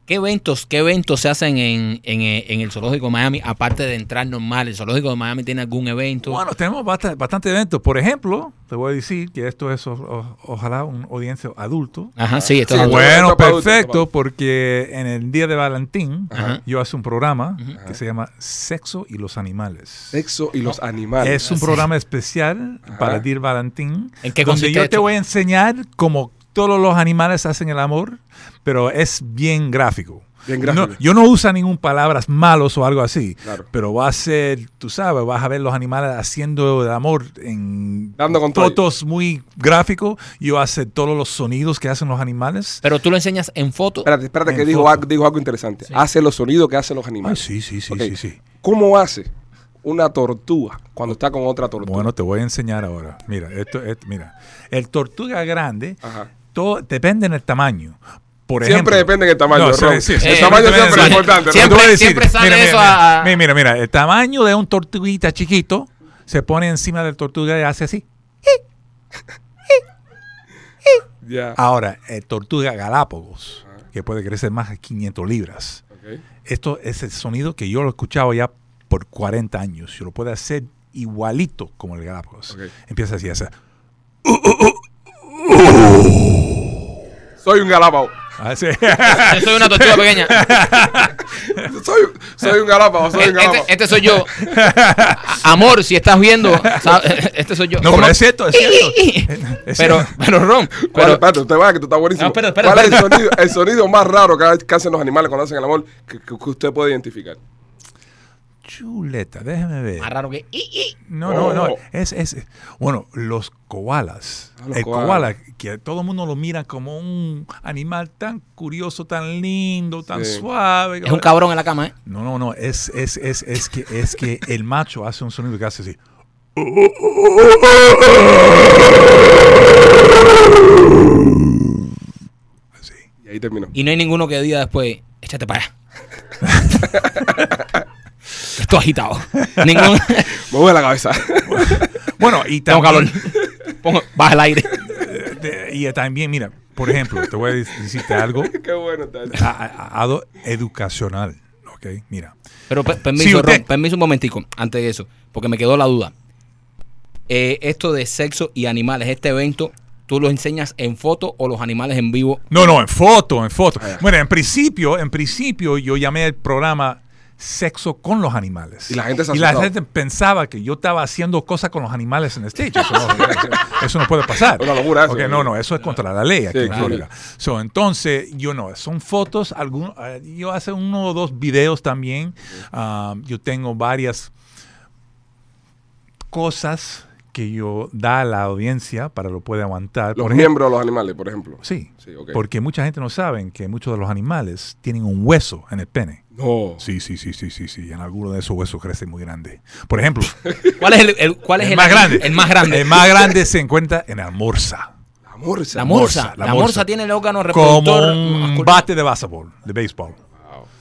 ¿Qué eventos, qué eventos se hacen en, en, eh, en el zoológico de Miami? Aparte de entrar normal, ¿el zoológico de Miami tiene algún evento?
Bueno, tenemos bastante, bastante eventos. Por ejemplo, te voy a decir que esto es o- o- ojalá un audiencia adulto.
Ajá, sí, esto
Sí,
es
bueno.
Bueno,
esto para adultos,
perfecto,
esto
porque en el día de Valentín
Ajá.
yo hago un programa que se llama Sexo y los animales.
Sexo y los animales.
Es un programa especial
Ajá.
para el Día de Valentín,
¿En qué
donde
consiste
yo te
esto?
voy a enseñar cómo todos los animales hacen el amor, pero es bien gráfico.
Bien gráfico.
No, yo no uso ningún palabras malos o algo así,
Claro.
pero va a ser, tú sabes, vas a ver los animales haciendo el amor en
Dando con todo.
fotos muy gráfico. Yo hace todos los sonidos que hacen los animales.
Pero tú lo enseñas en foto.
Espérate, espérate, que
En
dijo
foto.
algo, dijo algo interesante. Hace los sonidos que hacen los
Ay,
animales.
Ah, sí, sí, sí,
Ok.
sí, sí.
¿Cómo hace una tortuga cuando está con otra tortuga?
Bueno, te voy a enseñar ahora. Mira, esto, es- mira, el tortuga grande
Ajá.
todo depende del tamaño. Por
Siempre
ejemplo-
depende del tamaño.
No, sí,
Ron.
sí, sí.
el
Eh,
tamaño
depende
siempre es
del
importante.
tamaño.
¿no?
Te
Siempre-
voy a decir,
siempre sale
mira,
eso
mira,
a-
Mira, mira, mira, el tamaño de un tortuguita chiquito se pone encima del tortuga y hace así.
Ya.
Ahora, el tortuga galápagos, que puede crecer más de 500 libras.
Ok.
Esto es el sonido que yo lo he escuchado ya por 40 años. Yo lo puedo hacer igualito como el galápagos.
Ok.
Empieza así, hace,
Soy un galápago.
hace
Yo soy una tortuga pequeña.
Soy, soy un galápago, soy un
Este,
galápago.
este soy yo. Amor, si estás viendo, ¿sabes? este soy yo.
No,
¿Cómo?
pero es cierto, es cierto. Es
pero,
cierto.
pero Ron,
¿Cuál-
pero,
espérate, usted va que tú estás buenísimo.
No, espera, espera,
¿Cuál es el
espera.
sonido, el sonido más raro que, que hacen los animales cuando hacen el amor que, que- que usted puede identificar?
Chuleta, déjeme ver.
más raro que... "I, i".
No, no, no.
Oh.
Es, es, bueno, los koalas.
Ah, los
el
koalas.
koala, que todo el mundo lo mira como un animal tan curioso, tan lindo, tan
Sí.
suave.
Es un cabrón en la cama, ¿eh?
No, no, no. Es, es, es, es, que, es que el macho hace un sonido que hace así. Así.
Y ahí terminó.
Y no hay ninguno que diga después, échate para allá. Estoy agitado. Ningún...
Me voy a la cabeza.
Bueno, y
Tengo calor.
también, eh,
Pongo- Baja el aire.
de- y también, mira, por ejemplo, te voy a dec- decirte algo
Qué bueno está.
a-
Ah,
a- a- algo educacional. Ok, mira.
Pero per-
Sí,
permiso,
usted.
Ron, permiso un momentico, antes de eso, porque me quedó la duda. Eh, esto de sexo y animales, este evento, ¿tú los enseñas en foto o los animales en vivo?
No, no, en foto, en
Ah,
foto. Bueno, en principio, en principio yo llamé al programa Sexo con los animales.
Y la gente se
Y la
asustó.
gente pensaba que yo estaba haciendo cosas con los animales en el stage. Eso no, eso no puede pasar.
Una locura eso.
Ok, no, no, eso es contra la ley aquí
Sí,
en
claro.
Florida. So, entonces, yo no, son fotos, algún, eh, yo hace uno o dos videos también. Ah, yo tengo varias cosas que yo da a la audiencia para lo puede aguantar.
Los
Por ejemplo-
miembros de los animales, por ejemplo.
Sí.
Sí, ok.
Porque mucha gente no sabe que muchos de los animales tienen un hueso en el pene.
No.
Sí, sí, sí, sí, sí, sí. En alguno de esos huesos crece muy grande. Por ejemplo,
¿Cuál es el, el- cuál es
el, más grande.
El más grande.
El más grande se encuentra en la morsa.
La morsa.
la morsa. La, morsa. tiene el órgano reproductor.
Como un
masculino.
bate de béisbol, de béisbol.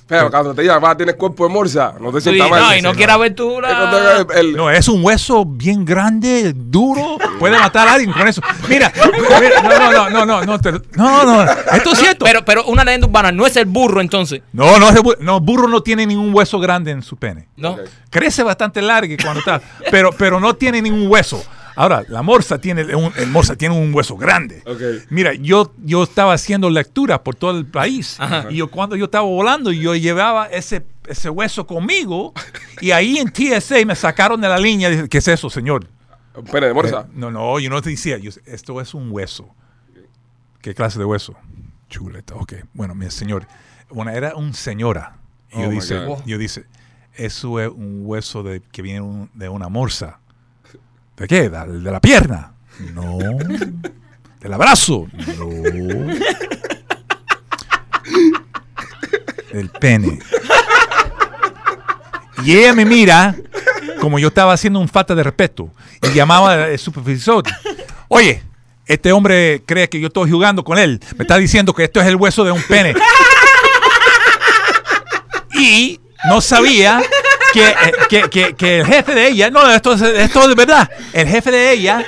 Pero cuando te digan, va, tienes cuerpo de morsa, no te
Sí,
sientas mal.
no, y no quieras ver tú la...
El- el-
No, es un hueso bien grande, duro. Puede matar a alguien con eso. Mira, mira, no, no, no, no, no, no, te- no, no, no, Esto es cierto.
Pero, pero una leyenda urbana no es el burro entonces.
no, no, es bu- no, burro no tiene ningún hueso grande en su pene.
No.
Ok.
crece bastante larga cuando está, pero, pero no tiene ningún hueso. Ahora, la morsa tiene un, el morsa tiene un hueso grande.
Ok.
Mira, yo, yo estaba haciendo lecturas por todo el país y yo cuando yo estaba volando, yo llevaba ese, ese hueso conmigo y ahí en TSA me sacaron de la línea. Dije, ¿qué es eso, señor?
Un Pene de morsa.
Eh, no, no, yo no te decía, yo, esto es un hueso. ¿Qué clase de hueso? Chuleta, ok. Bueno, mi señor, bueno, era un señora. Y
Oh
yo,
my
dice,
God.
yo dice, eso es un hueso de, que viene un- de una morsa. ¿De qué? ¿De, de la pierna? No. ¿Del abrazo? No. Del pene. Y ella me mira como yo estaba haciendo un falta de respeto y llamaba al supervisor. Oye, este hombre cree que yo estoy jugando con él. Me está diciendo que esto es el hueso de un pene. Y no sabía que, eh, que- que- que el jefe de ella, no, esto es, esto es de verdad, el jefe de ella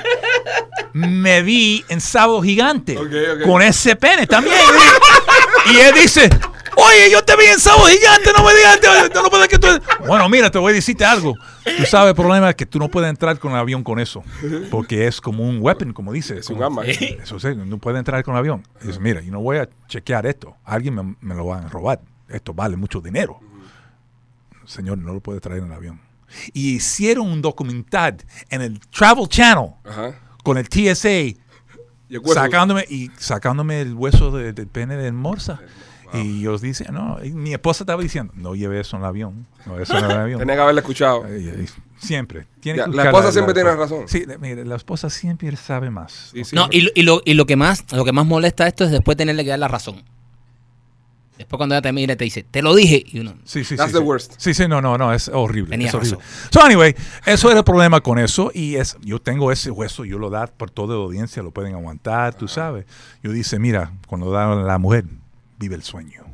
me vi en sábado gigante
Ok, ok.
con ese pene también. ¿eh? Y él dice, oye, yo te vi en sábado gigante, no me digas, te- no puedes que tú... Bueno, mira, te voy a decirte algo. Tú sabes, el problema es que tú no puedes entrar con el avión con eso, porque es como un weapon, como dice.
Es un
como-
arma.
Eso sí, no puede entrar con el avión. Dice, mira, yo no voy a chequear esto. Alguien me, me lo va a robar. Esto vale mucho dinero. Señor, no lo puede traer en el avión. Y hicieron un documental en el Travel Channel
Ajá.
con el TSA
Y el hueso.
sacándome y sacándome el hueso de- del pene de morsa. Y yo dice, no, y mi esposa estaba diciendo, no lleve eso en el avión, no lleve eso en el avión.
Tenía que haberla escuchado.
Ay, ay, Siempre. Tiene
Ya,
que
la
buscar
esposa siempre tiene razón.
Sí, la- mire, la esposa siempre sabe más.
Sí, sí.
No, y, lo- y lo, y lo que más lo que más molesta esto es después tenerle que dar la razón. Después cuando ella te mira y te dice, te lo dije. Y uno,
Sí, sí,
That's
sí,
the
sí.
worst.
Sí, sí, no, no, no, es horrible.
Tenía
es horrible.
razón.
So, anyway, eso era el problema con eso. Y es, yo tengo ese hueso, yo lo da por toda la audiencia, lo pueden aguantar, tú sabes. Yo dice, mira, cuando da la mujer, vive el sueño.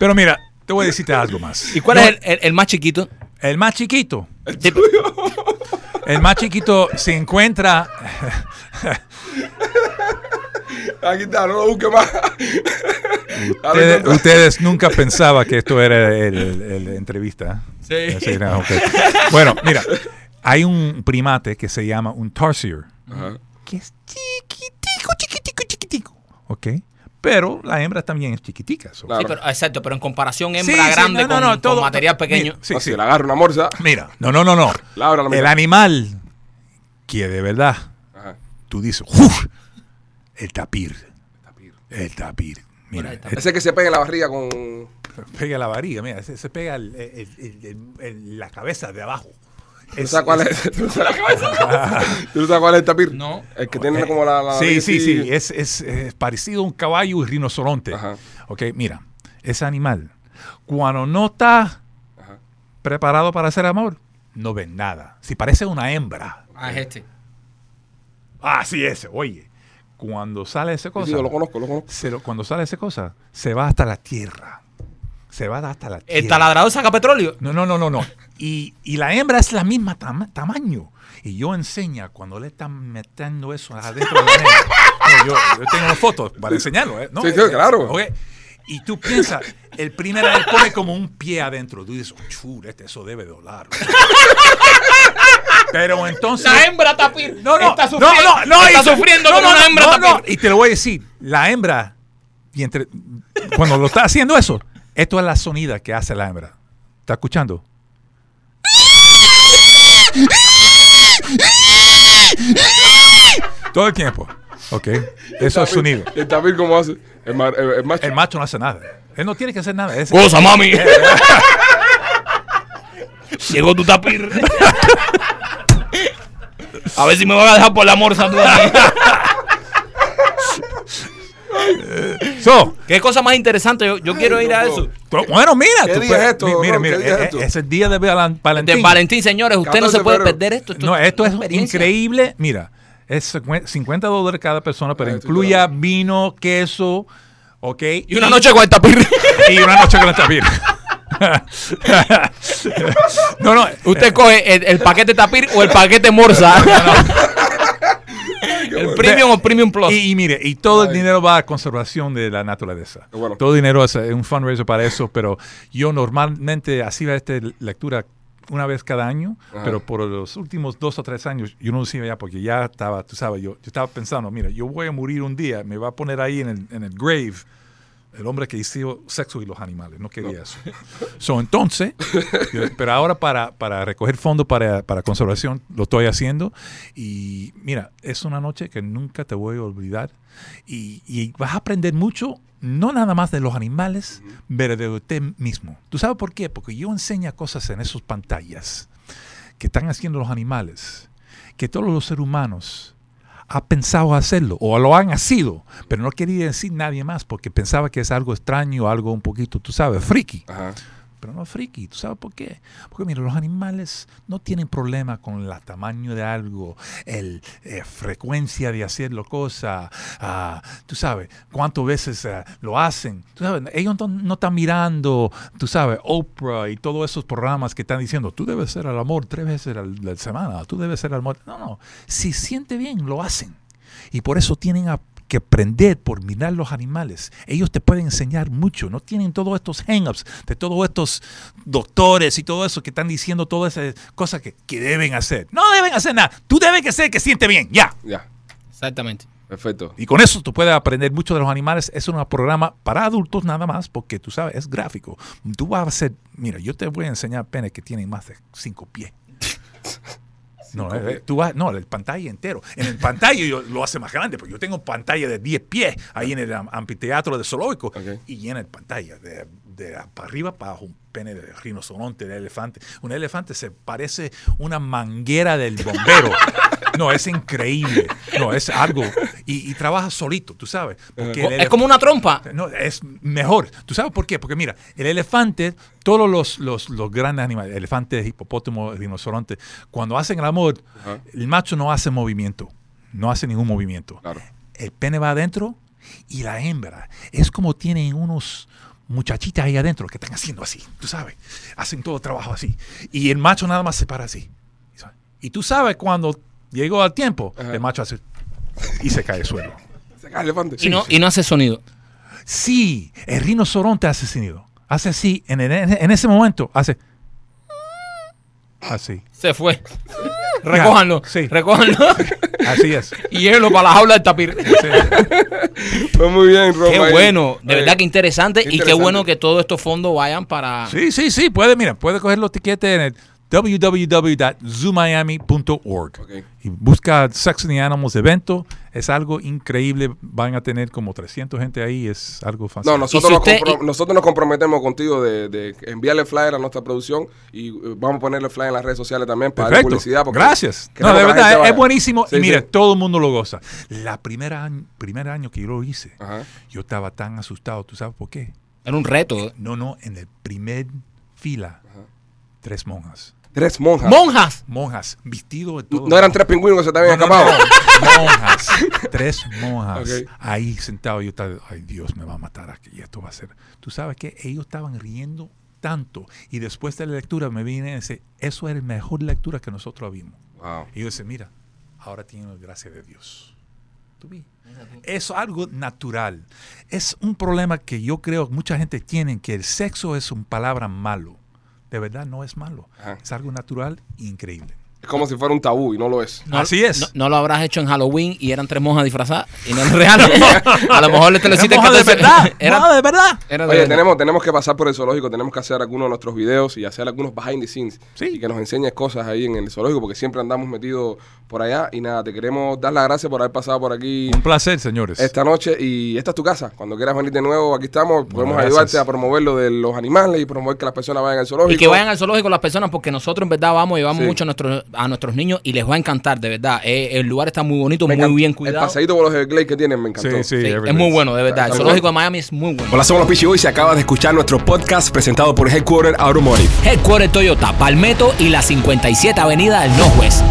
Pero mira, te Te voy a decirte algo más.
¿Y cuál es el, el- el más chiquito?
El más chiquito. El más chiquito se encuentra.
Aquí está, no lo busque más. A ver,
Ustedes,
doctor.
ustedes nunca pensaban que esto era el, el- la entrevista.
Sí.
no, ok. Bueno, mira, hay un primate que se llama un tarsier,
Ajá.
que es chiquitico, chiquitico, chiquitico. ¿Ok? Pero la hembra también es chiquitica. so-
Claro.
Sí, pero, exacto, pero en comparación
Sí,
hembra
sí,
grande
no, no,
con,
no,
con
todo-
material pequeño.
Mira, sí,
Ah,
sí.
Si le agarra una morsa.
Mira, no, no, no, no.
Laura, la
el
mitad.
animal que de verdad
Ajá.
tú dices, "Uf, el tapir, el tapir. Mira,
Ese que se pega en la barriga con.
se pega la varilla, mira, se, se pega el- el- el- el- el- la cabeza de abajo.
¿Tú sabes cuál es? ¿Tú sabes ¿Tú sabes cuál es el tapir?
No.
El que tiene como la. la
eh, sí,
nariz
sí,
así.
sí, es, es, eh, parecido a un caballo y rinoceronte.
Ajá.
Ok, mira, ese animal, cuando no está
Ajá.
preparado para hacer amor, no ven nada. Si parece una hembra,
Ah, es este.
ah, sí, ese, oye, cuando sale esa
Sí,
cosa,
sí, yo lo conozco, lo conozco.
se lo- cuando sale esa cosa, se va hasta la tierra. Se va hasta la tierra.
¿El taladrador saca petróleo?
No, no, no, no, no. Y, y la hembra es la misma tama- tamaño. Y yo enseña cuando le están metiendo eso adentro de la nena. No, yo, yo tengo las fotos para enseñarlo, ¿eh? No,
Sí, sí,
eh,
claro.
ok. Y tú piensas, el primero él pone como un pie adentro. Tú dices, chul, este, eso debe dolar. Pero entonces.
La hembra tapir.
No, no,
está
no,
sufriendo,
no, no,
está
y te-
sufriendo
no,
como
no,
una
no,
hembra
no, no.
tapir.
Y te lo voy a decir, la hembra, y entre- cuando lo está haciendo eso, esto es la sonida que hace la hembra. ¿Está escuchando? Todo el tiempo. Ok. Eso es
Tapir-
sonido.
El tapir, ¿cómo hace? El, ma- el- el macho.
El macho no hace nada. Él no tiene que hacer nada. Es-
Cosa, mami. Llegó tu tapir. A ver si me van a dejar por la morsa tú también.
So,
Qué cosa más interesante. Yo, yo quiero
Ay,
ir
no
a
puedo.
eso.
pero bueno, mira.
¿Qué
tú
día
puedes-
es esto,
mi- Mira,
Ron?
mira.
¿Qué día es
eh, eh,
esto?
Es el día de Val-
De Valentín, señores, usted no
14
se
de
puede
febrero.
perder esto. esto
No, esto es
experiencia.
increíble. Mira, es cincu- 50 dólares cada persona, pero
Ah, estoy
incluya
llorando.
vino, queso, ¿ok?
Y una noche con el tapir.
y una noche con la tapir. no, no.
Usted coge el, el paquete tapir o el paquete morsa. el premium o el premium plus.
Y, y mire, y todo el dinero va a conservación de la naturaleza.
Qué bueno.
Todo el dinero es eh, un fundraiser para eso, pero yo normalmente hacía esta lectura una vez cada año,
Ajá.
pero por los últimos dos o tres años yo no lo hacía ya porque ya estaba, tú sabes, yo, yo estaba pensando, mira, yo voy a morir un día, me va a poner ahí en el, en el grave el hombre que hizo sexo y los animales, no quería eso. So, entonces, yo- pero ahora para, para recoger fondos para, para conservación lo estoy haciendo y mira, es una noche que nunca te voy a olvidar y, y vas a aprender mucho, no nada más de los animales, pero de usted mismo. ¿Tú sabes por qué? Porque yo enseño cosas en esas pantallas que están haciendo los animales, que todos los seres humanos ha pensado hacerlo o lo han sido, pero no quería decir nadie más porque pensaba que es algo extraño, algo un poquito, tú sabes, friki.
Ajá.
Pero no friki, ¿tú sabes por qué? Porque mira, los animales no tienen problema con el tamaño de algo, el eh, frecuencia de hacerlo cosa, ah, tú sabes, cuántas veces ah, lo hacen. Tú sabes, ellos no, no están mirando, tú sabes, Oprah y todos esos programas que están diciendo, tú debes ser al amor tres veces a la semana, tú debes ser al amor. No, no, si siente bien, lo hacen. Y por eso tienen a- que aprender por mirar los animales. Ellos te pueden enseñar mucho. No tienen todos estos hang-ups de todos estos doctores y todo eso que están diciendo todas esas cosas que, que deben hacer. No deben hacer nada. Tú debes que ser que siente bien. Ya.
Ya.
Exactamente.
Perfecto.
Y con eso tú puedes aprender mucho de los animales. Es un programa para adultos nada más porque tú sabes, es gráfico. Tú vas a hacer, mira, yo te voy a enseñar penes que tienen más de cinco pies. No, eh, eh, tú vas, no, el pantalla entero. En el pantalla yo lo hace más grande, porque yo tengo pantalla de 10 pies ahí en el am- anfiteatro de zoológico
Ok.
y llena el pantalla de, de a- para arriba para abajo, un pene de rinoceronte, de elefante. Un elefante se parece una manguera del bombero. No, es increíble. No, es algo. Y, y trabaja solito, tú sabes. porque el
Es como una trompa.
Este, no, es mejor. ¿Tú sabes por qué? Porque mira, el elefante, todos los, los, los grandes animales, elefantes, hipopótamos, rinocerontes, cuando hacen el amor,
Ajá.
el macho no hace movimiento, no hace ningún movimiento.
Claro.
El pene va adentro y la hembra. Es como tienen unos muchachitas ahí adentro que están haciendo así, tú sabes, hacen todo el trabajo así. Y el macho nada más se para así. Y tú sabes cuando llegó al tiempo, el macho hace y se cae al suelo.
Se cae el elefante.
y, no, y no hace sonido.
Sí, el rinoceronte hace sonido. Hace así, en, el- en ese momento, hace así.
Se fue. Recójanlo.
Sí.
Recójanlo.
Así es.
y llévenlo para la jaula del tapir.
Fue muy bien, Roma.
Qué
ahí.
bueno, de
Oye,
verdad que interesante,
qué
y qué
interesante.
bueno que todos estos fondos vayan para...
Sí, sí, sí, puede, mira, puede coger los tiquetes en el www.zoomiami.org
Ok.
y busca Sex and the Animals evento, es algo increíble, van a tener como 300 gente ahí, es algo fácil.
No, nosotros,
si
nos,
usted-
compro-
y-
nosotros nos comprometemos contigo de, de enviarle flyer a nuestra producción y eh, vamos a ponerle flyer en las redes sociales también para darle
Perfecto.
publicidad. porque
Gracias. No,
queremos
de
que la gente
verdad, es
vaya.
buenísimo.
Sí,
y mira,
sí.
todo el mundo lo goza. La primera año, primer año que yo lo hice,
Ajá.
yo estaba tan asustado. ¿Tú sabes por qué?
Era un reto.
No, no, en el primer fila, tres monjas.
Tres monjas.
¡Monjas!
Monjas, vestido de todo.
no eran tres pingüinos que se te habían
No, no,
escapado.
no, monjas, tres monjas.
Ok.
Ahí sentado yo estaba, ay Dios, me va a matar aquí, esto va a ser. Tú sabes que ellos estaban riendo tanto y después de la lectura me vine y dice, eso era la mejor lectura que nosotros vimos.
Wow.
Y yo decía, mira, ahora tienen la gracia de Dios. ¿Tú vi? Es algo natural. Es un problema que yo creo que mucha gente tiene, que el sexo es una palabra malo. De verdad no es malo.
Ajá.
Es algo natural e increíble.
Es como si fuera un tabú y no lo es.
No-
Así es.
No, no lo habrás hecho en Halloween y eran tres monjas disfrazadas y no es real. A lo mejor le te lo hiciste
Monja de
14.
verdad.
Era,
monja de verdad.
era de
Oye,
verdad.
tenemos, tenemos que pasar por el zoológico, tenemos que hacer algunos de nuestros videos y hacer algunos behind the scenes
Sí.
y que nos enseñes cosas ahí en el zoológico porque siempre andamos metidos por allá y nada, te queremos dar las gracias por haber pasado por aquí
Un placer, señores.
esta noche y esta es tu casa. Cuando quieras venir de nuevo, aquí estamos, podemos
gracias.
ayudarte a promover lo de los animales y promover que las personas vayan al zoológico.
Y que vayan al zoológico las personas porque nosotros en verdad vamos llevamos
Sí.
mucho a nuestros, a nuestros niños y les va a encantar, de verdad. Eh, el lugar está muy bonito,
Me
muy
encanta-
bien cuidado.
El paseíto por los Everglades que tienen me encantó.
Sí, sí,
Sí, es
everybody's-
muy bueno, de verdad. El
Está
zoológico
bueno.
de Miami es muy bueno.
Hola, somos los Pichi y acabas de escuchar nuestro podcast presentado por Headquarter Automotive. Headquarter Toyota, Palmetto y la 57 Avenida del Northwest.